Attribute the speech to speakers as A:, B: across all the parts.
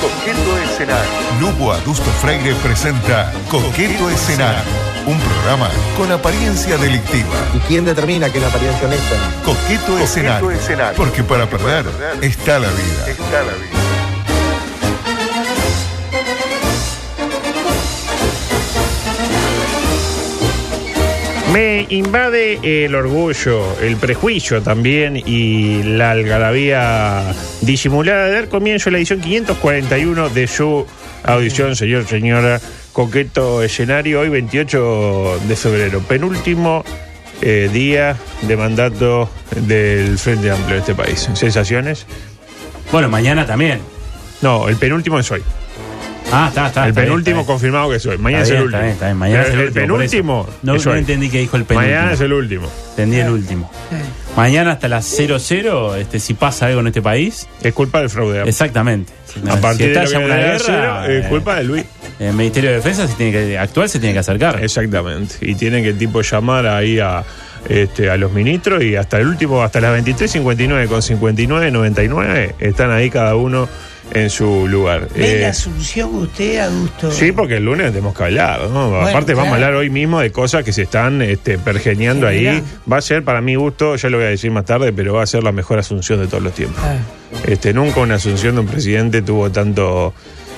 A: Coqueto Escenario.
B: Lugo Adusto Freire presenta Coqueto Escenario, un programa con apariencia delictiva.
C: ¿Y quién determina que es la apariencia honesta?
B: Coqueto Escenario,
A: Escenario.
B: porque para perder está la vida.
A: Está la vida.
D: Me invade el orgullo, el prejuicio también y la algarabía disimulada de dar comienzo a la edición 541 de su audición, señor, señora, coqueto escenario, hoy 28 de febrero, penúltimo eh, día de mandato del Frente Amplio de este país. ¿Sensaciones?
E: Bueno, mañana también.
D: No, el penúltimo es hoy.
E: Ah, está, está.
D: el
E: está bien,
D: penúltimo
E: está bien.
D: confirmado que es hoy. Mañana
E: Está
D: es el
E: bien,
D: último.
E: está bien, está bien. Mañana
D: Pero
E: es el último, por
D: penúltimo.
E: eso. No-
D: es
E: no
D: hoy.
E: entendí que dijo el penúltimo.
D: Mañana es el último.
E: Entendí el último. Mañana hasta las 00, este, si pasa algo en este país.
D: Es culpa del fraude.
E: Exactamente. Exactamente.
D: A
E: Ah, si
D: partir de
E: estalla
D: la
E: una
D: guerra,
E: guerra,
D: cero, es
E: eh,
D: culpa de Luis.
E: el Ministerio de Defensa se tiene que actuar, se tiene que acercar.
D: Exactamente. Y tienen que tipo llamar ahí a este, a los ministros y hasta el último, hasta las 23.59 con 59.99 están ahí cada uno en su lugar.
F: ¿Ve
D: Eh,
F: la asunción usted, Augusto?
D: Sí, porque el lunes tenemos que hablar. ¿no? Aparte, vamos a
F: claro.
D: hablar hoy mismo de cosas que se están este, pergeñando ahí.
F: Generando.
D: Va a ser, para mi gusto, ya lo voy a decir más tarde, pero va a ser la mejor asunción de todos los tiempos.
F: Ah.
D: Este, nunca una asunción de un presidente tuvo tanto.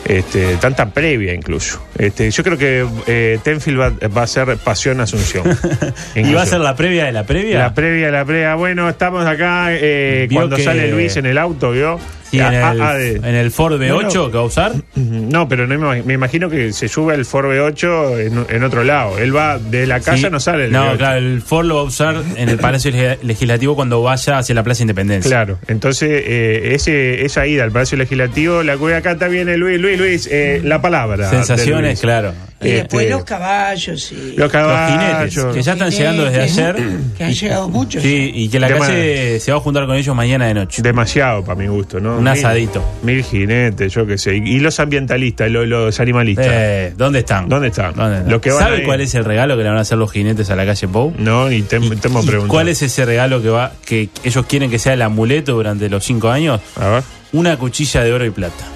D: Este, tanta previa incluso. Este, yo creo que eh, Tenfield va, va a ser Pasión Asunción.
E: ¿Y
D: Incluso.
E: va a ser la previa de la previa?
D: La previa, la previa. Bueno, estamos acá eh,
E: Vio
D: cuando
E: que-
D: sale Luis en el auto, ¿vio?
E: Sí, en,
D: A-
E: el,
D: a- a Ah, de-
E: en el Ford B8
D: Bueno.
E: que va a usar.
D: no, pero no me, imag- me imagino que se sube el Ford B8 en, en otro lado. Él va de la casa,
E: Sí.
D: no sale. El
E: No,
D: B8.
E: claro, el Ford lo va a usar en el Palacio Leg- Legislativo cuando vaya hacia la Plaza Independencia.
D: Claro. Entonces, eh, ese, esa ida al Palacio Legislativo, la cueva cata viene Luis, Luis, Luis, eh, la palabra. de Luis.
E: Sensaciones, claro.
F: Y después
D: Este-
F: los caballos. Y...
D: Los
E: Los
D: caballos.
E: jinetes, que ya están
F: Jinetes,
E: llegando desde ayer.
F: que han
E: Y-
F: llegado muchos.
E: Sí, y que la
D: De
E: calle se va a juntar con ellos mañana de noche.
D: Demasiado para mi gusto, ¿no? Mil-
E: Un asadito.
D: Mil jinetes, yo qué sé. Y los ambientalistas, lo- los, animalistas.
E: Eh, ¿Dónde están?
D: ¿Dónde están? Los que van
E: ¿Sabe
D: ahí.
E: cuál es el regalo que le van a hacer los jinetes a la calle Pou?
D: No, y te, te hemos
E: ¿Y
D: preguntado.
E: ¿Cuál es ese regalo que va que ellos quieren que sea el amuleto durante los cinco años?
D: A ver.
E: Una cuchilla de oro y plata.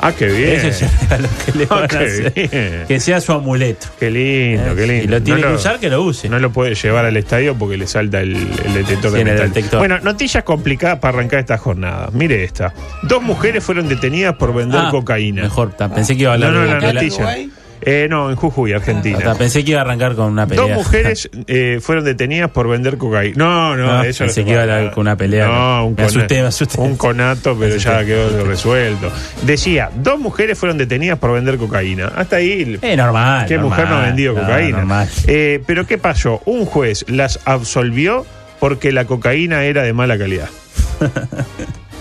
D: Ah, qué bien.
E: Ese es el regalo que le van
D: Ok,
E: a hacer.
D: bien.
E: Que sea su amuleto.
D: Qué lindo, qué
E: Eh,
D: lindo.
E: Y lo tiene
D: No
E: que usar, que lo use.
D: No lo puede llevar al estadio porque le salta el, el detector
E: Sí,
D: de
E: en el
D: metal.
E: detector.
D: Bueno, noticias complicadas para arrancar esta jornada. Mire esta. Dos mujeres fueron detenidas por vender
E: Ah,
D: cocaína.
E: Mejor, ta- pensé que iba a
D: No,
E: hablar
D: no,
E: de
D: la
F: ¿Acá en
D: noticia.
F: Uruguay?
D: Eh, no, en Jujuy, Argentina.
E: ta- Pensé que iba a arrancar con una pelea.
D: Dos mujeres eh, fueron detenidas por vender cocaína. No, no,
E: No,
D: eso
E: Ah, pensé
D: se
E: que iba
D: puede
E: a hablar
D: hablar.
E: con una pelea.
D: No, un
E: Me asusté, me asusté.
D: Un conato, pero
E: Me
D: ya
E: asusté.
D: quedó resuelto. Decía, dos mujeres fueron detenidas por vender cocaína. Hasta ahí.
E: Eh, normal.
D: ¿Qué mujer no ha
E: normal.
D: vendido
E: No,
D: cocaína?
E: normal.
D: Eh, pero ¿qué pasó? Un juez las absolvió porque la cocaína era de mala calidad.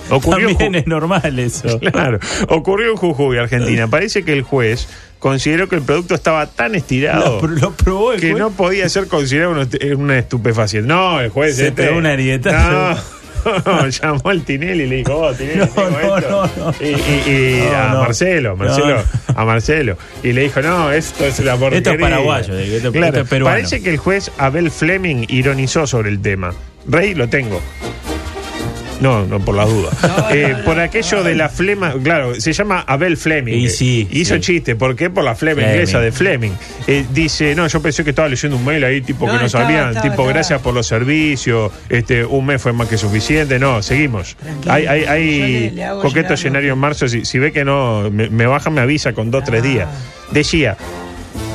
D: Ocurrió en
E: También
D: Ju-
E: es normal eso.
D: Claro, ocurrió en Jujuy, Argentina. Parece que el juez consideró que el producto estaba tan estirado
E: Lo, pr- lo probó el
D: que
E: juez.
D: no podía ser considerado un, est- eh, un estupefaciente. No, el juez este
E: Se pegó un arietazo.
D: No, no, llamó al Tinelli y le dijo, "Vos, Tinelli,
E: No,
D: tengo
E: no,
D: esto".
E: no, no.
D: Y, y- y
E: No,
D: a
E: no.
D: Marcelo, Marcelo, a Marcelo. Y le dijo, no, esto es una porquería.
E: paraguayo, digo, esto-
D: Claro,
E: esto es peruano.
D: Parece que el juez Abel Fleming ironizó sobre el tema. Rey, lo tengo. No, no, por las dudas. Eh, por aquello de la flema, claro, se llama Abel Fleming.
E: Y sí,
D: Hizo
E: sí.
D: chiste, ¿por qué? Por la flema
E: Fleming.
D: inglesa de Fleming. Eh, dice, no, yo pensé que estaba leyendo un mail ahí, tipo
F: No,
D: que no
F: estaba,
D: sabían,
F: estaba,
D: tipo,
F: estaba.
D: gracias por los servicios, este, un mes fue más que suficiente. No, seguimos.
F: Tranquilo,
D: Hay, hay, hay
F: yo le- le hago
D: coqueto
F: llegar,
D: escenario
F: ¿no?
D: en marzo, si, si ve que no, me, me baja, me avisa con dos, tres
F: Ah.
D: días. Decía,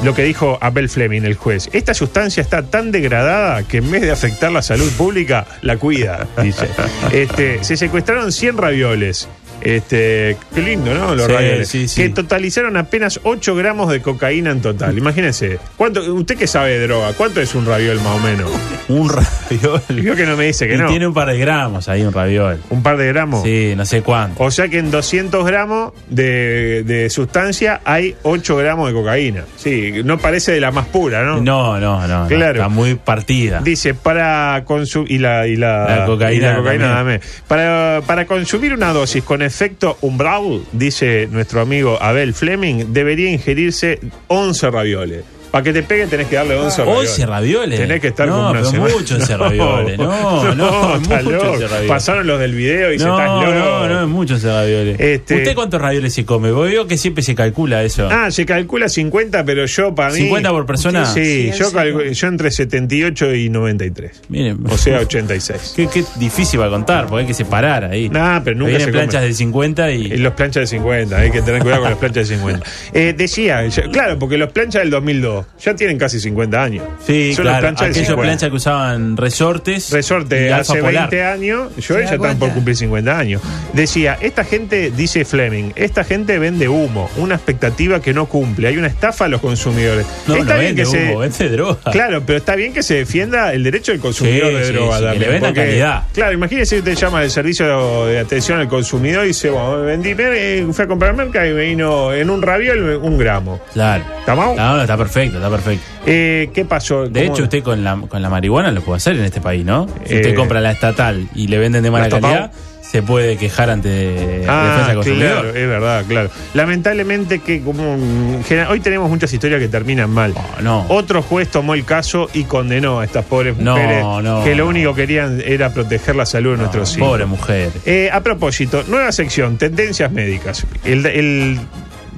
D: lo que dijo Abel Fleming, el juez. Esta sustancia está tan degradada que en vez de afectar la salud pública, la cuida, dice. Este, se secuestraron 100 ravioles. Este, qué lindo, ¿no? Los
E: Sí,
D: ravioles.
E: sí, sí.
D: Que totalizaron apenas 8 gramos de cocaína en total. Imagínense. ¿Cuánto, ¿Usted que sabe de droga? ¿Cuánto es un raviol más o menos?
E: Un raviol.
D: Creo que no me dice que
E: y
D: no.
E: tiene un par de gramos ahí, un raviol.
D: ¿Un par de gramos?
E: Sí, no sé cuánto.
D: O sea que en 200 gramos de, de sustancia hay 8 gramos de cocaína. Sí, no parece de la más pura, ¿no?
E: No, no, no. no,
D: Claro.
E: Está muy partida.
D: Dice, para consumir. Y la, y la,
E: La cocaína
D: y la cocaína,
E: también.
D: dame. Para, para consumir una dosis con efecto umbral, dice nuestro amigo Abel Fleming, debería ingerirse 11 ravioles. Pa- Para que te peguen tenés que darle 11 ravioles.
E: 11 ravioles.
D: Tenés que estar
E: No,
D: con una
E: pero
D: semana.
E: muchos once ravioles. eh. No, no,
D: está
E: muchos
D: loco.
E: once ravioles.
D: Pasaron los del video y se estás
E: No,
D: loco.
E: no, no, es mucho ese ravioles.
D: Este-
E: ¿Usted cuántos ravioles se come? Porque veo que siempre se calcula eso.
D: Ah, se calcula 50, pero yo para mí.
E: 50 por persona.
D: Sí,
F: Sí,
D: yo,
F: sí.
D: calcu- yo entre 78 y 93.
E: Miren,
D: O sea, 86.
E: qué, qué difícil va a contar, porque hay que separar ahí.
D: Nah, pero nunca
E: Vienen
D: se come.
E: planchas de 50 y.
D: Y los planchas de 50, hay que tener cuidado con las planchas de 50. Eh, decía, ya- claro, porque los planchas del 2002 ya tienen casi 50 años.
E: Sí,
D: Son
E: claro,
D: las planchas de
E: aquellos
D: 50.
E: planchas que usaban resortes.
D: Resorte
E: y Alfa
D: hace
E: Polar.
D: 20 años, yo
F: da
D: ya están
F: cuenta?
D: por cumplir 50 años. Decía, esta gente, dice Fleming, esta gente vende humo, una expectativa que no cumple, hay una estafa a los consumidores.
E: No,
D: está
E: no
D: bien
E: vende
D: que se-
E: humo, vende droga.
D: Claro, pero está bien que se defienda el derecho del consumidor
E: Ah. Sí,
D: de
E: sí,
D: droga.
E: sí, que
D: también,
E: le vendan
D: porque-
E: calidad.
D: Claro, imagínese que usted llama al servicio de atención al consumidor y dice, bueno, vendí, eh, fui a comprar merca y me vino en un raviol un gramo.
E: Claro.
D: ¿Está mal?
E: No, no, está perfecto, está perfecto.
D: Eh, ¿Qué pasó?
E: Ah. De
D: ¿Cómo-
E: hecho, usted con la, con la marihuana lo puede hacer en este país, ¿no? Si
D: Eh,
E: usted compra la estatal y le venden de mala
D: ¿la has
E: calidad, se puede quejar ante defensa
D: Ah,
E: del consumidor.
D: claro, es verdad, claro. Lamentablemente que como mm, genera- hoy tenemos muchas historias que terminan mal.
E: Oh, no.
D: Otro juez tomó el caso y condenó a estas pobres
E: No,
D: mujeres
E: no,
D: que lo
E: no.
D: único que querían era proteger la salud de nuestros hijos.
E: Pobre mujer.
D: Eh, a propósito, nueva sección, tendencias médicas. El, el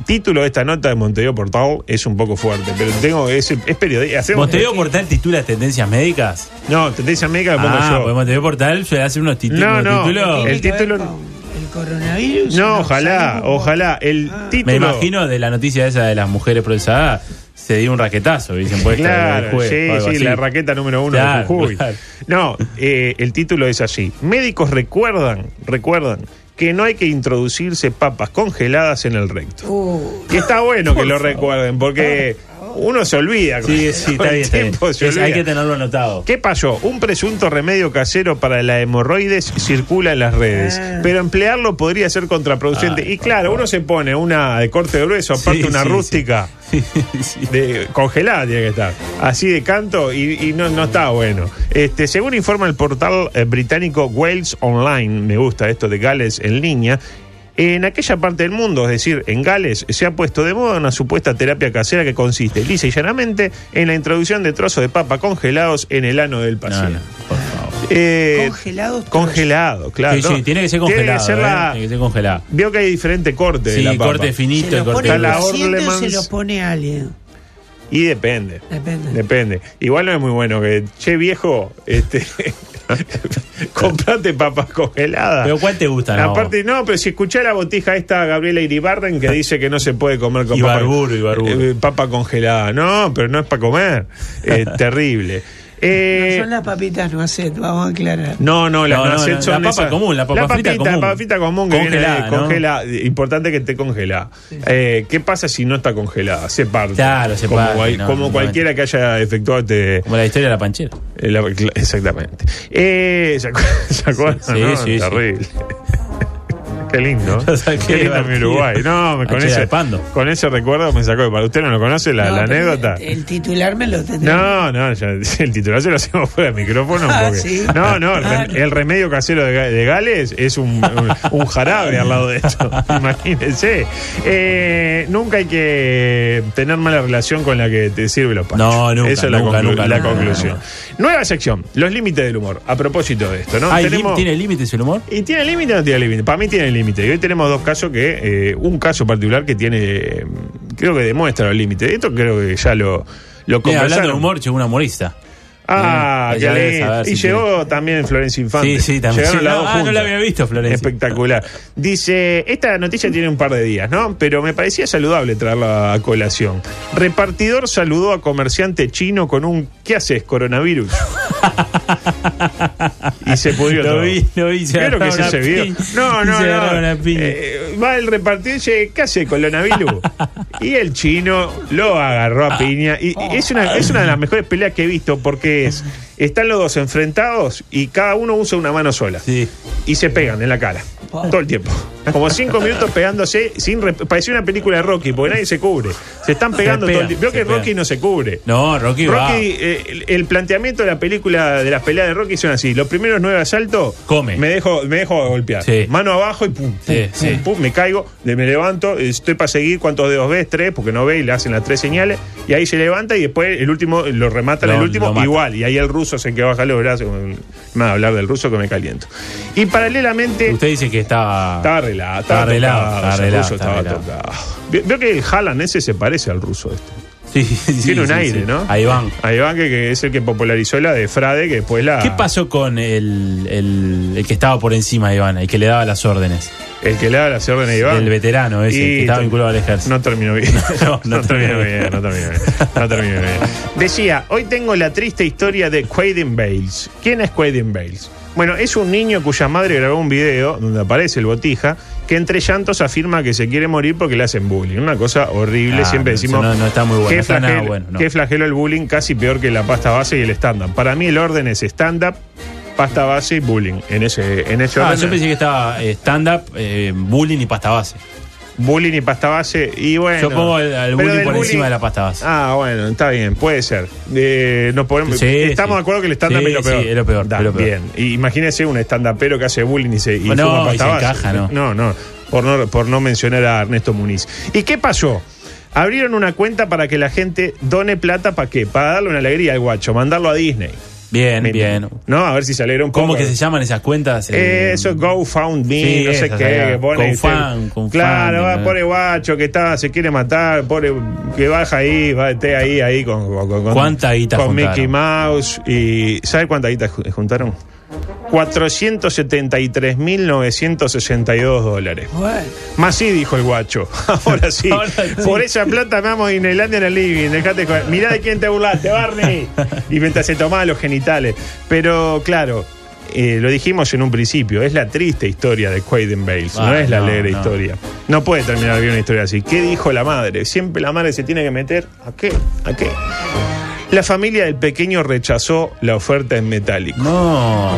D: título de esta nota de Montevideo Portal es un poco fuerte, pero tengo es, es periodista. hacemos-
E: ¿Montevideo Portal titula Tendencias Médicas?
D: No, tendencias médicas lo pongo
E: Ah,
D: yo.
E: pues Montevideo Portal suele hacer unos, titu-
D: No,
E: unos
D: no.
E: títulos.
D: El
F: ¿Tiene que ver
D: título-
F: con El coronavirus.
D: No, ojalá,
F: ¿Sabemos por-
D: ojalá. El
F: Ah.
D: título.
E: Me imagino de la noticia esa de las mujeres procesadas, se dio un raquetazo, dicen, pues
D: Claro, sí, sí, la raqueta número uno de
E: Claro,
D: Jujuy.
E: claro.
D: No, eh, el título es así. Médicos recuerdan, recuerdan que no hay que introducirse papas congeladas en el recto.
F: Uh,
D: Y está bueno que lo recuerden, porque uno se olvida. con-
E: Sí, sí,
D: con
E: está
D: el
E: bien. está bien.
D: tiempo se
E: Es- hay
D: olvida.
E: que tenerlo anotado.
D: ¿Qué pasó? Un presunto remedio casero para la hemorroides circula en las redes,
F: Ah.
D: pero emplearlo podría ser contraproducente.
E: Ay,
D: y claro, uno se pone una de corte grueso, aparte
E: Ah, Sí,
D: una
E: sí, sí.
D: rústica.
E: Sí.
D: De, congelada tiene que estar. Así de canto y, y no, no está bueno. Este, según informa el portal eh, británico Wales Online, me gusta esto de Gales en línea. En aquella parte del mundo, es decir, en Gales, se ha puesto de moda una supuesta terapia casera que consiste lisa y llanamente en la introducción de trozos de papa congelados en el ano del
E: No,
D: paciente.
E: no, por favor.
D: Eh,
F: Congelados todos.
D: Congelado, claro.
E: Sí,
D: ¿no?
E: sí, tiene que ser congelado.
D: Tiene que ser
E: ¿eh?
D: la-
E: Tiene que ser congelado.
D: Veo que hay diferente corte de
E: Sí,
D: la papa.
E: corte finito
F: ¿Se
E: y
F: lo
E: corte
F: pone
D: Está
F: el
D: la
E: grueso.
F: paciente o se
D: Orlemans.
F: lo pone alguien?
D: Y depende.
F: Depende.
D: Depende. Igual no es muy bueno que, che viejo, este comprate papas congeladas.
E: Pero ¿cuál te gusta? no?
D: Aparte, no, pero si escuché la botija esta Gabriela Iribarren que dice que no se puede comer con papa,
E: Ibarburu, Ibarburu.
D: eh, papa congelada. No, pero no es para comer. Eh, terrible. Eh,
F: Son las papitas no hacen, vamos a aclarar.
D: no, no, las
E: No, no,
D: nuggets
E: la
D: son
E: papa
D: esas-
E: común, la papa frita
D: papita,
E: común.
D: La papita común que
E: Congelada,
D: viene
E: ¿no?
D: congelada. Importante que esté congelada. Eh, ¿Qué pasa si no está congelada? Se parte.
E: Claro, se
D: como
E: parte,
D: cual-
E: no,
D: como
E: no,
D: cualquiera que haya efectuado este,
E: Como la historia de la panchera.
D: eh, la- cla- exactamente. Eh, ¿Se acuer- se acuerdan?
E: Sí,
D: no?
E: sí, sí.
D: Terrible. Qué lindo.
E: O sea, qué
D: Qué lindo mi
E: divertido.
D: Uruguay. No, me- con,
E: Achera
D: ese,
E: de Pando.
D: con ese recuerdo me sacó. de par- ¿Usted no lo conoce la,
F: No,
D: la
F: pero este,
D: anécdota?
F: El, el titular me lo tendrá.
D: No, no, ya, el titular se lo hacemos fuera del micrófono.
F: Ah,
D: porque-
F: sí.
D: No, no, el,
F: Ah,
D: rem-
F: no.
D: el remedio casero de, Ga- de Gales es un, un- un jarabe al lado de esto. Imagínense. Eh, nunca hay que tener mala relación con la que te sirve los panchos.
E: No, nunca,
D: Esa es la,
E: nunca,
D: conclu-
E: nunca,
D: la
E: nunca,
D: conclusión. Nueva sección, los límites del humor. A propósito de esto, ¿no?
E: Ah, ¿y
D: Tenemos-
E: lim- ¿Tiene límites el humor?
D: ¿Y tiene límite o no tiene límite? Para mí tiene límite. Y hoy tenemos dos casos que, eh, un caso particular que tiene, eh, creo que demuestra los límites. Esto creo que ya lo, lo
E: Mira, hablando de
D: conversaron.
E: humor, llegó una humorista.
D: Ah,
E: Eh,
D: qué
E: ya debe
D: lindo.
E: saber
D: Y
E: si
D: llegó también Florencia Infante.
E: Sí, sí, también.
D: Llegaron
E: Sí,
D: las
E: no,
D: dos
E: ah, no
D: juntas.
E: la había visto, Florencia.
D: Espectacular. Dice, esta noticia tiene un par de días, ¿no? Pero me parecía saludable traerla a colación. Repartidor saludó a comerciante chino con un ¿qué haces, coronavirus? y se pudrió
E: Lo
D: todo.
E: vi, lo vi, se
D: ¿Vieron que es
E: agarraron
D: ese
E: a
D: video?
E: piña.
D: No,
E: Y
D: no,
E: se
D: no.
E: agarraron a piña.
D: Eh, va el repartidor y dice, ¿qué hace, coronavirus? y el chino lo agarró a piña. Y, y es, una, es una de las mejores peleas que he visto porque es, están los dos enfrentados y cada uno usa una mano sola.
E: Sí.
D: Y se pegan en la cara. Todo el tiempo. Como cinco minutos pegándose sin re- parecía una película de Rocky, porque nadie se cubre. Se están pegando
E: pegan,
D: todo el día. Veo
E: se
D: que
E: pegan.
D: Rocky no se cubre.
E: No, Rocky, va.
D: Rocky, eh, el, el planteamiento de la película de las peleas de Rocky son así: los primeros nueve asaltos,
E: Come.
D: Me dejo, me dejo golpear.
E: Sí.
D: Mano abajo y pum, pum,
E: Sí,
D: pum,
E: sí.
D: pum, me caigo, le- me levanto, eh, estoy para seguir cuántos dedos ves, tres, porque no ve y le hacen las tres señales, y ahí se levanta y después el último lo rematan
E: Lo-
D: el
E: lo
D: último
E: mata.
D: igual. Y ahí el ruso se que baja los brazos. mm, Me va a hablar del ruso que me caliento. Y paralelamente.
E: Usted dice que estaba.
D: Estaba arreglado, estaba
E: Estaba
D: tocado, o sea,
E: arreglado, estaba
D: el
E: arreglado,
D: ruso
E: estaba
D: estaba
E: arreglado.
D: tocado. Ve- Veo que el Haaland ese se parece al ruso este.
E: Sí, sí,
D: Tiene un
E: sí,
D: aire,
E: sí.
D: ¿no?
E: Ahí van.
D: A Iván, que, que es el que popularizó la de Frade, que después la.
E: ¿Qué pasó con el, el, el que estaba por encima de Iván, el que le daba las órdenes?
D: El que le da las órdenes a Iván.
E: El veterano ese,
D: Y
E: que estaba
D: to-
E: vinculado al ejército.
D: No terminó bien.
E: No, no
D: terminó
E: terminó
D: bien,
E: bien.
D: no terminó bien. No terminó bien. Decía, hoy tengo la triste historia de Quaden Bales. ¿Quién es Quaden Bales? Bueno, es un niño cuya madre grabó un video donde aparece el botija que entre llantos afirma que se quiere morir porque le hacen bullying. Una cosa horrible,
E: Ah,
D: siempre
E: no, eso
D: decimos.
E: no- no está muy bueno,
D: qué
E: no está nada
D: flagelo-
E: bueno, no.
D: qué flagelo el bullying casi peor que la pasta base y el stand-up. Para mí el orden es stand-up, pasta base y bullying. En ese, en ese
E: Ah,
D: orden.
E: yo pensé que estaba eh, stand-up, eh, bullying y pasta base.
D: Bullying y pasta base, y bueno.
E: Yo pongo el- al
D: Eh, Pero
E: bullying
D: del
E: por encima de la pasta base.
D: Ah, bueno, está bien, puede ser. Eh, nos podemos,
E: Sí,
D: estamos
E: sí.
D: de acuerdo que el stand-up
E: Sí,
D: es lo
E: sí,
D: peor.
E: es lo peor,
D: Da,
E: es lo peor.
D: Bien. Y imagínese un stand-upero que hace bullying y se y
E: Bueno,
D: fuma
E: y
D: pasta
E: se
D: base.
E: encaja, ¿no?
D: No, no. Por no, por no mencionar a Ernesto Muniz. ¿Y qué pasó? Abrieron una cuenta para que la gente done plata para qué? Para darle una alegría al guacho, mandarlo a Disney.
E: Bien,
D: Me-
E: bien.
D: No, a ver si se alegra un poco.
E: ¿Cómo que se llaman esas cuentas? Eh,
D: Eh, Eso, GoFundMe,
E: sí,
D: no sé
E: esas,
D: qué,
E: acá.
D: que pone.
E: Confan,
D: que-
E: Confan,
D: claro, va,
E: ¿no?
D: pone guacho que está, se quiere matar, pone que baja ahí, va, esté ahí, ahí con. con, con-
E: ¿Cuánta guita
D: Con
E: juntaron?
D: Mickey Mouse y. ¿Sabe cuánta guita ju- juntaron? 473.962 dólares.
F: Bueno,
D: Más sí, dijo el guacho. Ahora sí.
E: Ahora sí.
D: Por esa plata vamos a Disneylandia en el living. Dejate joder. Mirá de quién te burlaste, Barney. Y mientras se tomaba los genitales. Pero claro, eh, lo dijimos en un principio. Es la triste historia de Quaden Bales. no
E: Ah,
D: es la
E: no,
D: alegre
E: no.
D: historia. No puede terminar bien una historia así. ¿Qué dijo la madre? Siempre la madre se tiene que meter. ¿A qué? ¿A qué? La familia del pequeño rechazó la oferta en metálico.
E: No.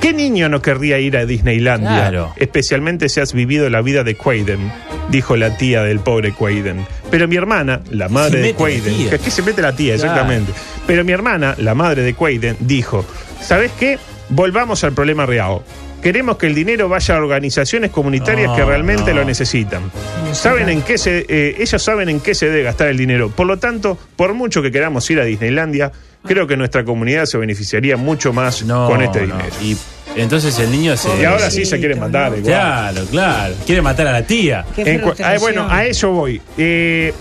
D: ¿Qué niño no querría ir a Disneylandia?
E: Claro.
D: Especialmente si has vivido la vida de Quaiden, dijo la tía del pobre Quaiden. Pero mi hermana, la madre de
E: mete la
D: Quaiden,
E: tía.
D: que es que se mete la tía,
E: Claro.
D: exactamente. Pero mi hermana, la madre de Quaiden, dijo, ¿sabes qué? Volvamos al problema real. Queremos que el dinero vaya a organizaciones comunitarias
E: No,
D: que realmente
E: no.
D: lo necesitan. Saben en qué se, eh, ellos saben en qué se debe gastar el dinero. Por lo tanto, por mucho que queramos ir a Disneylandia, creo que nuestra comunidad se beneficiaría mucho más
E: No.
D: con este
E: no.
D: dinero.
E: Y entonces el niño se.
D: Y ahora sí se quiere matar. igual.
E: Claro, claro. Quiere matar a la tía.
F: qué
D: En cua- ah,
F: frustración.
D: bueno, a eso voy. Eh,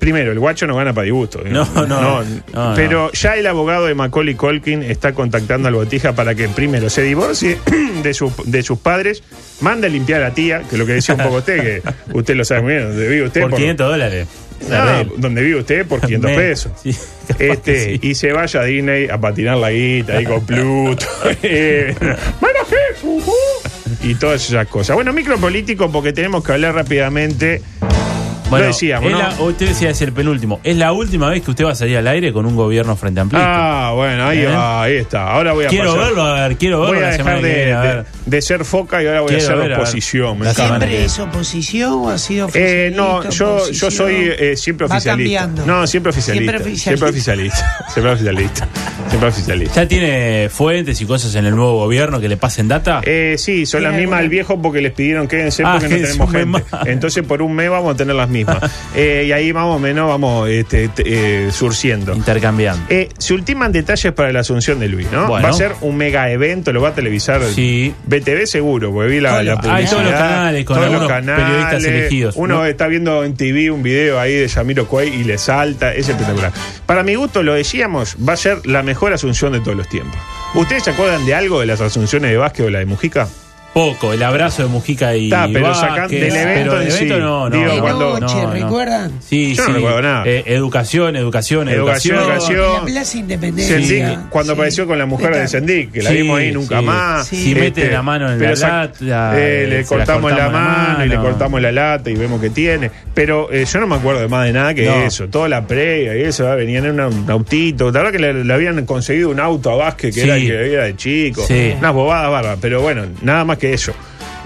D: primero, el guacho no gana para disgusto. ¿eh?
E: No, no, no, no.
D: Pero ya el abogado de Macaulay Colkin está contactando al botija para que primero se divorcie de, sus- de sus padres, mande a limpiar a la tía, que lo que decía un poco usted, que usted lo sabe muy bien, donde vive usted.
E: Por 500 dólares.
D: No, donde vive usted por 500
E: Me-
D: pesos.
E: Sí, capaz que
D: Este,
E: sí.
D: Y se vaya a Disney a patinar la guita ahí con Pluto. Eh, ¡Bueno, sí, ujú. y todas esas cosas. Bueno, micropolítico, porque tenemos que hablar rápidamente.
E: Bueno,
D: lo decíamos,
E: es
D: ¿no?
E: la- usted decía es el penúltimo. Es la última vez que usted va a salir al aire con un gobierno frente a
D: Ah, bueno, ahí
E: ¿Eh?
D: va, ahí está. Ahora voy a
E: quiero
D: pasar.
E: verlo, a ver, quiero verlo
D: Voy a
E: la semana
D: dejar
E: que viene,
D: de,
E: a ver.
D: de- de ser foca y ahora voy
E: Quiero
D: a
E: ver, a
D: hacer
E: ver.
D: oposición. me
E: La
D: encanta.
E: semana
F: ¿Siempre es oposición o ha sido
D: Eh, no,
F: oficialista,
D: yo, yo
F: oposición?
D: soy eh, siempre
F: Va
D: oficialista.
F: cambiando.
D: No, siempre oficialista.
F: Siempre oficialista.
D: Siempre oficialista. Siempre oficialista. Siempre oficialista.
E: ¿Ya tiene fuentes y cosas en el nuevo gobierno que le pasen data?
D: Eh, sí, son las
F: Tiene
D: mismas
F: alguna-
D: del viejo porque les pidieron quédense
E: Ah,
D: porque no
E: que
D: tenemos gente.
E: sumen más.
D: Entonces por un mes vamos a tener las mismas. Eh, y ahí más o menos vamos este, te- eh, surciendo.
E: Intercambiando.
D: Eh, se ultiman detalles para la asunción de Luis, ¿no?
E: Bueno.
D: Va a ser un mega evento, lo va a televisar
E: Sí.
D: BTV seguro, porque vi la,
F: Todos
D: la
F: los-
D: publicidad.
F: hay todos
E: los canales, con
D: todos los
E: algunos
D: canales.
E: periodistas elegidos,
D: Uno
E: ¿no?
D: está viendo en TV un video ahí de Yamiro Cuey y le salta, es espectacular. Para mi gusto, lo decíamos, va a ser la mejor asunción de todos los tiempos. ¿Ustedes se acuerdan de algo de las asunciones de Vázquez o la de Mujica?
E: Poco, el abrazo de Mujica y.
D: Está, pero
E: Vázquez,
D: sacan del evento
E: pero del
D: en sí.
E: evento no, no.
D: Digo,
F: De
E: no,
D: cuando-
F: noche,
E: no, no.
F: ¿recuerdan?
E: Sí,
D: Yo no
E: sí.
D: recuerdo nada.
E: Eh, educación, educación,
D: Educación,
E: educación.
D: educación.
F: En la Plaza Independencia.
D: Sendic, cuando
F: Sí.
D: apareció con la mujer de
F: Espectac-
D: Sendic, que la
E: Sí,
D: vimos ahí nunca
E: sí.
D: más. Este,
F: Sí.
E: Si mete la mano en la
D: pero sac-
E: lata,
D: eh, le
E: se la
D: cortamos, la,
E: cortamos la
D: mano, y le
E: mano.
D: cortamos la lata y vemos que tiene. Pero eh, yo no me acuerdo de más de nada que
E: No.
D: eso. Toda la previa y eso, ah, venían en una- un autito. La verdad que le, le habían conseguido un auto a Vázquez que
E: Sí.
D: era el que era de chico.
E: Sí.
D: Unas bobadas barbas, pero bueno, nada más que eso.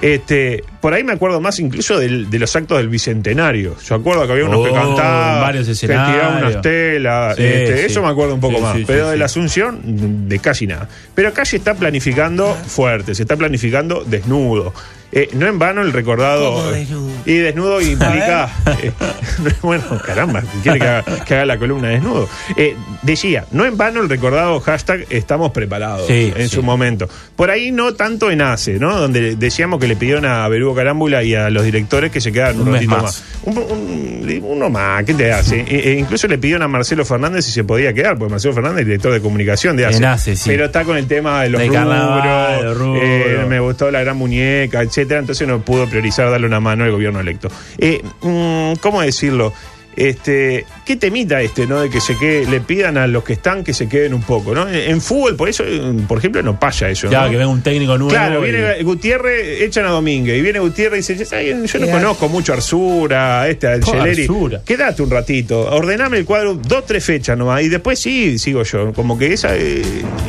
D: Este, por ahí me acuerdo más incluso del- de los actos del Bicentenario. Yo acuerdo que había unos que
E: Oh,
D: cantaban,
E: en varios
D: que
E: escenarios.
D: tiraban unas telas.
E: Sí,
D: este,
E: sí.
D: Eso me acuerdo un poco
E: Sí,
D: más.
E: sí,
D: pero
E: sí,
D: de la
E: sí.
D: Asunción, de casi nada. Pero Calle está planificando fuerte, se está planificando desnudo. Eh, no en vano el recordado.
F: ¿Cómo desnudo?
D: Y desnudo implica. eh, bueno, caramba, quiere que haga, que haga la columna desnudo. Eh, decía, no en vano el recordado hashtag estamos preparados
E: Sí,
D: en
E: sí.
D: su momento. Por ahí no tanto en ACE, ¿no? Donde decíamos que le pidieron a Berugo Carámbula y a los directores que se quedaran un,
E: Un mes
D: ratito
E: más.
D: más. Un- un- uno más, ¿qué te hace? E- e incluso le pidieron a Marcelo Fernández si se podía quedar, porque Marcelo Fernández es director de comunicación de ACE.
E: En ACE, sí.
D: Pero está con el tema de los
E: Del carnaval,
D: rubros,
E: los rubros.
D: eh, me gustó la gran muñeca, etcétera, entonces no pudo priorizar darle una mano al gobierno electo. Eh, mm, ¿Cómo decirlo? Este, qué temita este, ¿no? De que se quede, le pidan a los que están que se queden un poco, ¿no? En en fútbol, por eso, eh, por ejemplo, no pasa eso.
E: Ya,
D: ¿no?
E: que venga un técnico nuevo.
D: Claro,
E: y-
D: viene Gutiérrez, echan a Domínguez. Y viene Gutiérrez y dice: "Ay, Yo no
F: Quedate.
D: conozco mucho a Arsura, a este, al
E: Po,
D: Celeri.
E: Arzura.
D: Quédate un ratito, ordename el cuadro, dos, tres fechas nomás. Y después sí, sigo yo. Como que esa. eh,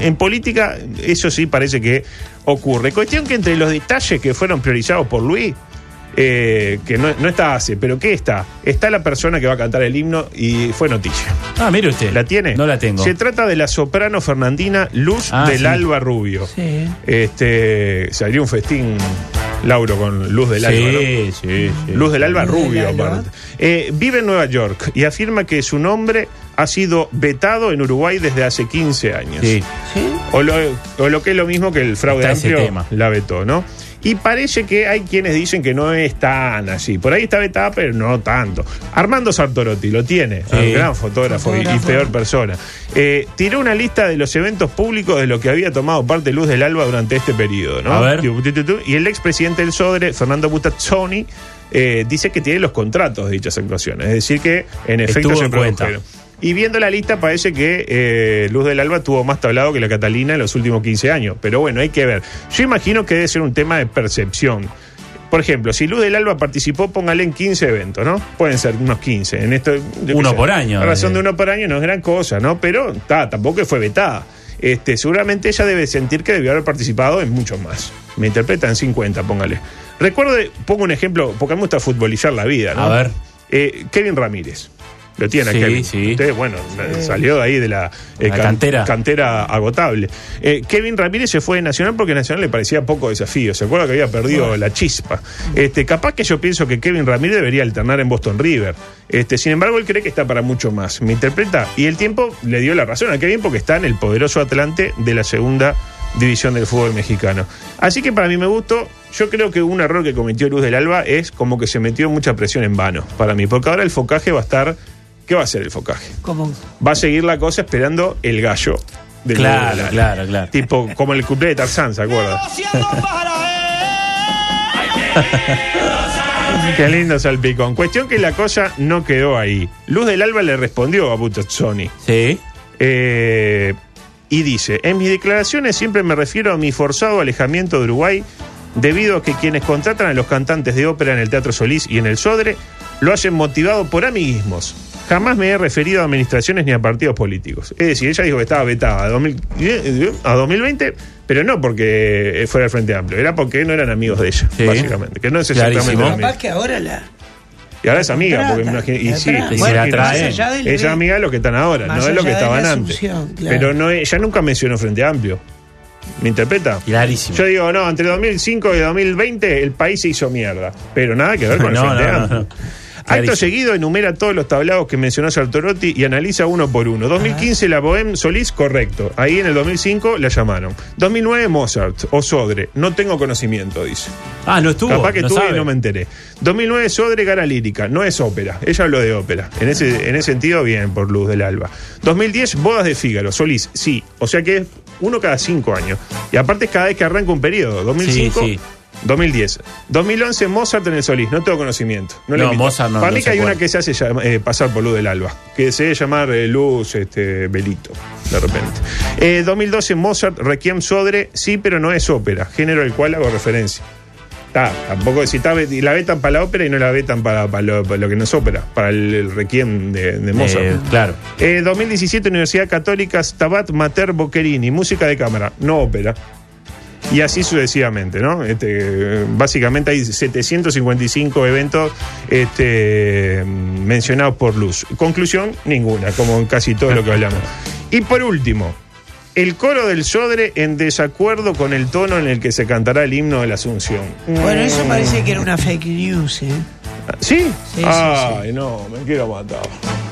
D: en política, eso sí parece que ocurre. Cuestión que entre los detalles que fueron priorizados por Luis. eh, que no, no está hace, pero ¿qué está? Está la persona que va a cantar el himno y fue noticia.
E: Ah, mire usted.
D: ¿La tiene?
E: No la tengo.
D: Se trata de la soprano fernandina Luz
E: Ah,
D: del
E: sí.
D: Alba Rubio.
F: Sí.
D: Este, salió un festín, Lauro, con Luz del Alba. ¿no?
E: sí, sí, sí.
D: Luz del Alba
F: Luz del
D: Rubio,
F: Alba.
D: aparte. Eh, vive en Nueva York y afirma que su nombre ha sido vetado en Uruguay desde hace 15 años.
E: Sí.
F: ¿Sí?
D: O lo, o lo que es lo mismo que el fraude
E: Está ese
D: amplio
E: tema.
D: la vetó, ¿no? Y parece que hay quienes dicen que no es tan así. Por ahí está vetada, pero no tanto. Armando Sartorotti lo tiene,
E: Sí.
D: un gran fotógrafo, y- Y,
F: Fotógrafo.
D: peor persona. Eh, tiró una lista de los eventos públicos de lo que había tomado parte Luz del Alba durante este periodo, ¿no?
E: A ver.
D: Tu, tu, tu, tu. Y el expresidente del Sodre, Fernando Butazzoni, eh, dice que tiene los contratos de dichas actuaciones. Es decir, que en efecto
E: Estuvo
D: se
E: en cuenta.
D: produjeron. Y viendo la lista parece que eh, Luz del Alba tuvo más tablado que la Catalina en los últimos 15 años. Pero bueno, hay que ver. Yo imagino que debe ser un tema de percepción. Por ejemplo, si Luz del Alba participó, póngale en 15 eventos, ¿no? Pueden ser unos 15. En esto, yo qué
E: Uno
D: sé.
E: por año,
D: A razón
E: eh.
D: de uno por año no es gran cosa, ¿no? Pero ta, tampoco fue vetada. Este, seguramente ella debe sentir que debió haber participado en muchos más. Me interpreta en 50, póngale. Recuerde, pongo un ejemplo, porque a mí me gusta futbolizar la vida, ¿no?
E: A ver.
D: Eh, Kevin Ramírez. Lo tiene a
E: Sí,
D: Kevin.
E: sí.
D: Usted, bueno, eh, salió de ahí de la, eh,
E: La cantera.
D: cantera agotable. Eh, Kevin Ramírez se fue de Nacional porque Nacional le parecía poco desafío. Se acuerda que había perdido la chispa. Este, capaz que yo pienso que Kevin Ramírez debería alternar en Boston River. Este, sin embargo, él cree que está para mucho más. Me interpreta. Y el tiempo le dio la razón a Kevin porque está en el poderoso Atlante de la segunda división del fútbol mexicano. Así que para mí me gustó. Yo creo que un error que cometió Luz del Alba es como que se metió mucha presión en vano para mí. Porque ahora el focaje va a estar. ¿Qué va a ser el focaje?
F: Como
D: va a seguir la cosa esperando el gallo. del
E: Claro,
D: Lobo de la-
E: claro, claro.
D: Tipo, como el cumple de Tarzán, ¿se acuerdan? Qué lindo salpicón. Cuestión que la cosa no quedó ahí. Luz del Alba le respondió a Butazzoni.
E: Sí.
D: Eh, y dice, en mis declaraciones siempre me refiero a mi forzado alejamiento de Uruguay debido a que quienes contratan a los cantantes de ópera en el Teatro Solís y en el Sodre lo hacen motivado por amiguismos. Jamás me he referido a administraciones ni a partidos políticos. Es decir, ella dijo que estaba vetada a, 2000 a 2020, pero no porque fuera el Frente Amplio, era porque no eran amigos de ella,
E: Sí.
D: básicamente. Que no es
E: Clarísimo.
D: exactamente lo mismo.
F: capaz que ahora la.
D: Y ahora es amiga,
F: La
D: porque me
F: trata,
D: imagino. Y
F: la
D: sí,
F: trata.
E: Y se la
D: imagino.
E: trae.
F: Más allá del
D: Ella es
F: evento.
D: amiga de lo que están ahora,
F: Más
D: no es lo que
F: allá de
D: estaban
F: la
D: antes.
F: Asunción, claro.
D: Pero no es- ella nunca mencionó Frente Amplio. ¿Me interpreta?
E: Hilarísimo.
D: Yo digo, no, entre 2005 y 2020 el país se hizo mierda. Pero nada que ver con el
E: No,
D: Frente
E: no, no,
D: Amplio.
E: no.
D: Acto
E: Clarísimo.
D: seguido enumera todos los tablados que mencionó Sartorotti y analiza uno por uno. 2015 la Bohème Solís, correcto. Ahí en el 2005 la llamaron. 2009 Mozart o Sodre. No tengo conocimiento, dice.
E: Ah, no estuvo.
D: Capaz que
E: no
D: estuve
E: sabe.
D: y no me enteré. 2009 Sodre gana lírica, no es ópera. Ella habló de ópera. En ese, en ese sentido, bien, por Luz del Alba. 2010 Bodas de Fígaro, Solís, sí. O sea que es uno cada cinco años. Y aparte es cada vez que arranca un periodo. 2005.
E: Sí, sí.
D: 2010. 2011 Mozart en el Solís, no tengo conocimiento. No, le
E: No,
D: invito.
E: Mozart no,
D: Para
E: no
D: mí
E: se
D: que hay una
E: acuerda.
D: que se hace llama- eh, pasar por Luz del Alba, que se debe llamar eh, Luz este, Belito, de repente. Eh, 2012 Mozart, Requiem Sodre, sí, pero no es ópera, género al cual hago referencia. Está, tampoco si está, y la vetan para la ópera y no la vetan para, para lo, para lo que no es ópera, para el, el requiem de, de Mozart.
E: Eh, claro.
D: Eh, 2017 Universidad Católica Stabat Mater Boccherini, música de cámara, no ópera. y así sucesivamente, ¿no? Este, básicamente hay 755 eventos este, mencionados por Luz. Conclusión, ninguna, como en casi todo lo que hablamos. Y por último, el coro del Sodre en desacuerdo con el tono en el que se cantará el himno de la Asunción.
F: Bueno, eso parece que era una fake news, ¿eh?
D: ¿Sí?
F: sí,
D: Ay, no, me quiero matar.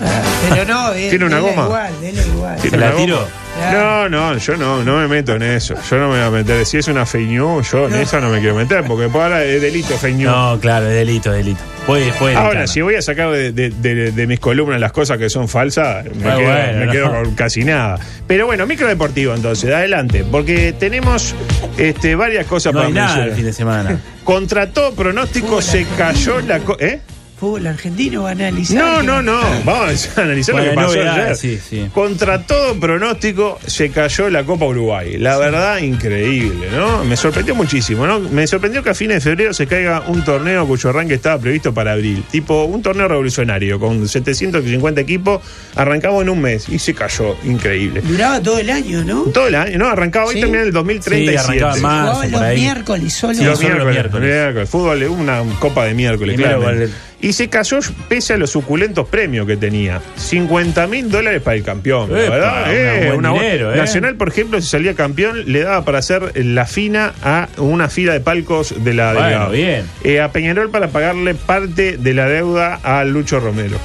F: Ah, Pero no, eh,
D: Tiene una
F: dele
D: goma.
F: igual, dele igual.
E: ¿Se la tiro?
D: No, no, yo no, no me meto en eso. Yo no me voy a meter. Si es una fake news, yo en eso no me quiero meter, porque por ahora es delito fake news.
E: No, claro, es delito, delito. Voy, voy de
D: Ahora,
E: cana.
D: si voy a sacar de, de- de- de mis columnas las cosas que son falsas, me,
E: Ah,
D: quedo,
E: bueno,
D: me
E: ¿no?
D: quedo con casi nada. Pero bueno, microdeportivo entonces, adelante, porque tenemos este, varias cosas
E: No
D: para
E: hay nada el
D: mencionar.
E: fin de semana.
D: Contra todo pronóstico se cayó la... co- ¿Eh?
F: Fútbol argentino va a analizar.
D: No,
F: que-
D: no, no. Vamos a analizar lo que
E: Bueno,
D: pasó
E: novedades,
D: ayer.
E: sí, sí.
D: Contra todo pronóstico se cayó la Copa Uruguay. La verdad, increíble, ¿no? Me sorprendió muchísimo, ¿no? Me sorprendió que a fines de febrero se caiga un torneo cuyo arranque estaba previsto para abril. Tipo, un torneo revolucionario con 750 equipos. Arrancamos en un mes y se cayó. Increíble.
F: Duraba todo el año, ¿no?
D: Todo el año, ¿no? Arrancaba hoy
F: Sí.
D: también en el
E: Sí,
D: 2037.
E: arrancaba más. marzo,
F: Jugaba
E: por
F: los
E: ahí.
F: miércoles solo.
E: Sí,
D: Los
E: solo
D: miércoles,
E: miércoles.
D: miércoles. Fútbol, una copa de miércoles,
E: Primero
D: claramente.
E: gol
D: Y se cayó pese a los suculentos premios que tenía. 50 mil dólares para el campeón, la
E: Epa,
D: ¿verdad?
E: una buen dinero, ¿eh?
D: Nacional, por ejemplo, si salía campeón, le daba para hacer la fina a una fila de palcos de la
E: Bueno,
D: Delgado.
E: bien.
D: Eh, a Peñarol para pagarle parte de la deuda a Lucho Romero.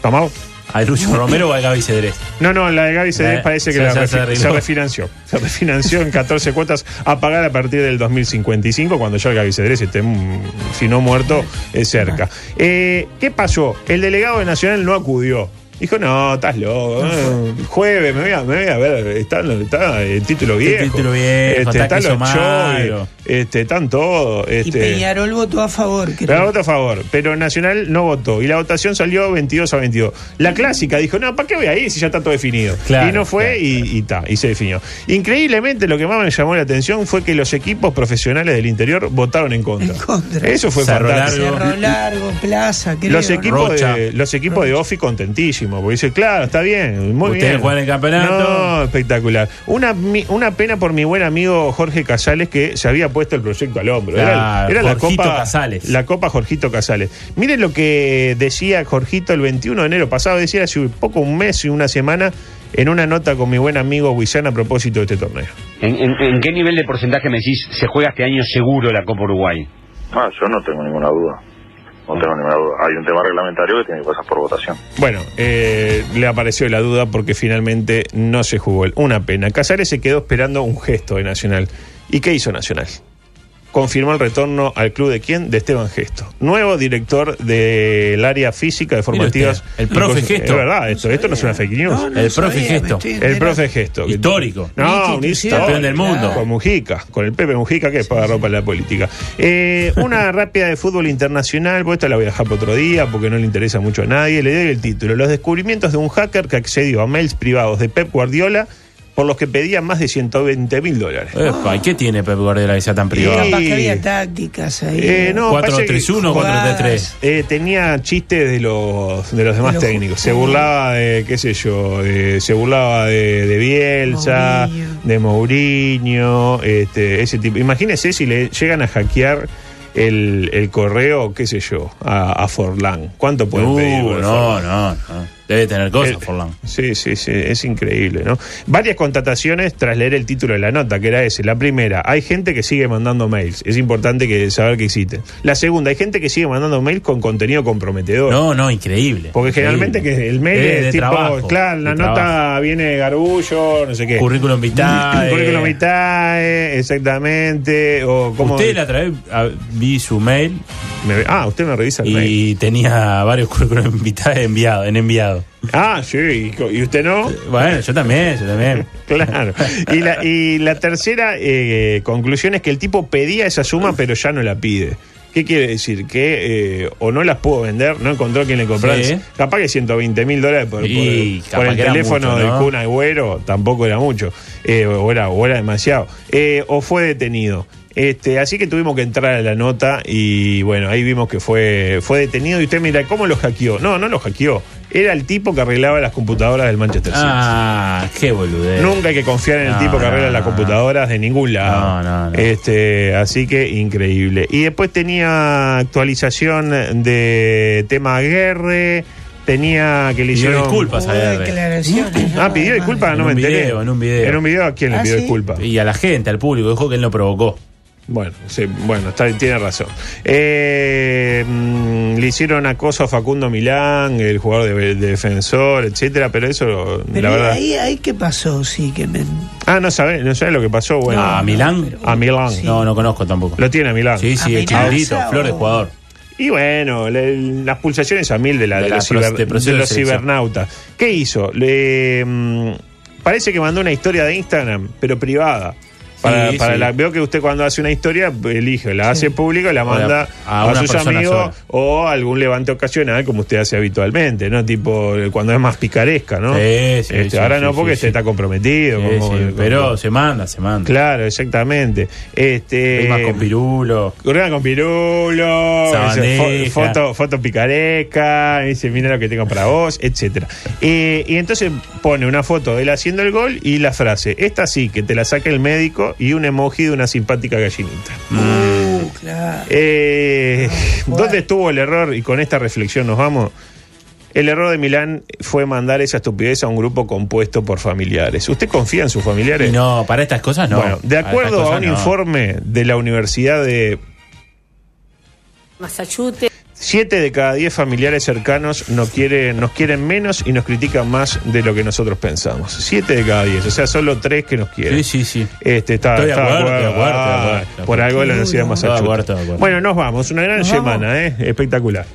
D: ¿Tomado?
E: ¿A Lucho Romero o a Gaby Cedrés?
D: No, no, la de Gaby Cedrés
E: Eh,
D: parece que
E: ya-
D: la
E: ya
D: refi-
E: se
D: se,
E: arregló.
D: refinanció. Se refinanció en 14 cuotas a pagar a partir del 2055, cuando ya el Gaby Cedrés esté, mm, si no muerto, eh, cerca. Eh, ¿Qué pasó? El delegado de Nacional no acudió. Dijo, no, estás loco. eh, Jueves, me voy a, me voy a ver. Está, está el título viejo.
E: título viejo,
D: están
E: ataque
D: los
E: Somaro.
D: shows, este, están todos.
F: Y
D: Este,
F: Peñarol votó a favor. creo.
D: pero votó a favor, pero Nacional no votó. Y la votación salió 22 a 22. La clásica dijo, no, ¿para qué voy ahí si ya está todo definido?
E: Claro,
D: y no fue
E: claro,
D: y, y ta, y se definió. Increíblemente lo que más me llamó la atención fue que los equipos profesionales del interior votaron en contra.
F: En contra.
D: Eso fue
E: Cerro
D: fantástico.
E: Largo.
F: Cerro Largo, Plaza, creo.
D: Los
F: ¿no?
D: equipos,
E: Rocha.
D: de, los equipos de Ofi contentísimos, porque dice, claro, está bien, muy
E: Ustedes
D: bien.
E: juegan el campeonato.
D: No, espectacular. Una, mi- una pena por mi buen amigo Jorge Casales que se había puesto el proyecto al hombro. Era,
E: Claro,
D: era la
E: Jorgito
D: Copa
E: Casales.
D: La Copa Jorgito Casales. Miren lo que decía Jorgito el 21 de enero pasado, decía hace poco un mes y una semana en una nota con mi buen amigo Guisán a propósito de este torneo.
A: ¿En, en, en qué nivel de porcentaje me decís se juega este año seguro la Copa Uruguay?
G: Ah, yo no tengo ninguna duda. No tengo ninguna duda. Hay un tema reglamentario que tiene que pasar por votación.
D: Bueno, eh, le apareció la duda porque finalmente no se jugó. Una pena. Casares se quedó esperando un gesto de Nacional. ¿Y qué hizo Nacional? Confirmó el retorno al club de quién? De Esteban Gesto. Nuevo director del área física de formativas.
E: usted, el profe
D: Y cosas-
E: Gesto.
D: Es verdad, esto, esto no es una fake news.
F: No, no
E: El
F: sabía,
E: profe
F: me
E: Gesto.
F: estoy
D: El
F: enterando.
D: profe gesto. que-
E: Histórico.
D: No, un
F: Institución.
D: histórico.
E: Campeón del mundo.
D: Con Mujica, con el Pepe Mujica que paga ropa en la política. Eh, una rápida de fútbol internacional, pues esta la voy a dejar para otro día porque no le interesa mucho a nadie. Le doy el título: Los descubrimientos de un hacker que accedió a mails privados de Pep Guardiola por los que pedía más de 120 mil dólares.
E: Epa, ¿y qué tiene Pep Guardiola que sea tan privado?
F: Capaz
D: Y-
F: que había tácticas ahí.
D: Eh, no, parece que
E: 4-3-1,
F: jugadas.
E: 4-3-3.
D: Eh, tenía chistes de los, de los demás
F: De los-
D: técnicos. Se burlaba de, qué sé yo, de- se burlaba de, de Bielsa,
F: Mourinho.
D: de Mourinho, este, ese tipo. Imagínense si le llegan a hackear el, el correo, qué sé yo, a, a Forlán. ¿Cuánto pueden
E: Uh,
D: pedir? por Forlán?
E: no, no, no. Debe tener cosas,
D: Eh,
E: Forlán.
D: Sí, sí, sí, es increíble, ¿no? Varias contrataciones tras leer el título de la nota, que era ese. La primera, hay gente que sigue mandando mails. Es importante que saber que existe. La segunda, hay gente que sigue mandando mails con contenido comprometedor.
E: No, no, increíble.
D: Porque generalmente
E: Increíble.
D: que el mail
E: Eh,
D: es
E: de
D: tipo,
E: trabajo,
D: claro, la
E: de
D: nota
E: trabajo.
D: viene garbullo, no sé qué.
E: Currículum vitae.
D: Currículum vitae, exactamente. O cómo-
E: Usted la trae, a- vi su mail
D: Me- Ah, usted me revisa el mail.
E: y tenía varios currículum vitae enviado, en enviado.
D: Ah, sí, y co- y usted no.
E: Bueno, yo también, yo también.
D: Claro. Y la, y la tercera eh, conclusión es que el tipo pedía esa suma, pero ya no la pide. ¿Qué quiere decir? Que eh, o no las pudo vender, no encontró quien le comprara.
E: Sí.
D: Capaz que 120 mil dólares por, por-
E: Y
D: por
E: capaz
D: el
E: que era
D: teléfono
E: mucho,
D: del
E: ¿no?
D: Kun Agüero tampoco era mucho. eh, o, era, o era demasiado. Eh, o fue detenido. Este, así que tuvimos que entrar a la nota y bueno, ahí vimos que fue, fue detenido. Y usted mira, ¿cómo lo hackeó? No, no lo hackeó. era el tipo que arreglaba las computadoras del Manchester City.
E: Ah, qué boludez.
D: Nunca hay que confiar en el
E: No,
D: tipo que
E: no,
D: arregla las
E: no.
D: computadoras de ningún lado.
E: No, no, no.
D: Este, así que increíble. Y después tenía actualización de tema guerre, tenía que le
E: Pidió
D: hicieron
E: disculpas a
F: Hubo
E: Guerre.
F: declaraciones.
D: Ah, pidió disculpas,
E: En
D: no me
E: un
D: enteré.
E: video, en un video.
D: En un video a quién le
F: Ah,
D: pidió
F: ¿sí?
D: disculpas.
E: Y a la gente, al público, dijo que él no provocó.
D: Bueno, sí, bueno, está- tiene razón. Eh, mm, le hicieron acoso a Facundo Milán, el jugador de, de defensor, etcétera, pero eso, la
F: Pero ahí-
D: verdad.
F: ahí, ahí qué pasó, sí, que me...
D: Ah, no sabes, no sabes lo que pasó, bueno.
E: ¿A Milán?
D: A Milán.
E: No, no conozco tampoco.
D: Lo tiene a Milán.
E: Sí, sí, el
F: ¿Amenaza
E: chiquitito,
F: o-
E: Flores, jugador.
D: Y bueno, le- las pulsaciones a mil de, la,
E: De
D: de
E: la
D: los,
E: pro-
D: ciber-
E: de proceso
D: de
E: de
D: los
E: selección.
D: cibernautas. ¿Qué hizo? Le, mm, parece que mandó una historia de Instagram, pero privada. Para,
E: Sí,
D: para
E: sí.
D: la, veo que usted cuando hace una historia elige, la hace pública y la
E: O
D: manda
E: a- a
D: a,
E: una
D: sus
E: persona
D: amigos
E: sola.
D: o a algún levante ocasional como usted hace habitualmente, ¿no? Tipo eh, cuando es más picaresca, ¿no?
E: Sí, sí,
D: Este,
E: sí,
D: ahora
E: sí,
D: no
E: sí,
D: porque
E: sí.
D: usted está comprometido.
E: Sí,
D: como-
E: sí,
D: como-
E: pero se manda, se manda.
D: claro, exactamente. Este,
E: Rimas con pirulo.
D: Corona con Pirulo,
E: Sabandeja.
D: esa fo- foto, foto picaresca, dice, mira lo que tengo para vos, etcétera. Eh, y entonces pone una foto de él haciendo el gol y la frase, esta sí, que te la saque el médico y un emoji de una simpática gallinita.
F: Uh, claro.
D: Eh,
F: Bueno.
D: ¿Dónde estuvo el error? Y con esta reflexión nos vamos. El error de Milán fue mandar esa estupidez a un grupo compuesto por familiares. ¿Usted confía en sus familiares?
E: Y no, para estas cosas no.
D: Bueno, de
E: Para estas
D: acuerdo a
E: cosas
D: un
E: no.
D: informe de la Universidad de
H: Massachusetts.
D: Siete de cada diez familiares cercanos no quieren, nos quieren menos y nos critican más de lo que nosotros pensamos. Siete de cada diez, o sea, solo tres que nos quieren.
E: Sí, sí, sí.
D: Este, está,
E: Estoy de
D: está
E: acuerdo, estoy de acuerdo,
D: Ah,
E: estoy de acuerdo.
D: Por algo de la Universidad de
E: Estoy de
D: Massachusetts.
E: acuerdo, estoy de acuerdo.
D: Bueno, nos vamos. Una gran
F: Nos
D: semana, ¿eh? espectacular.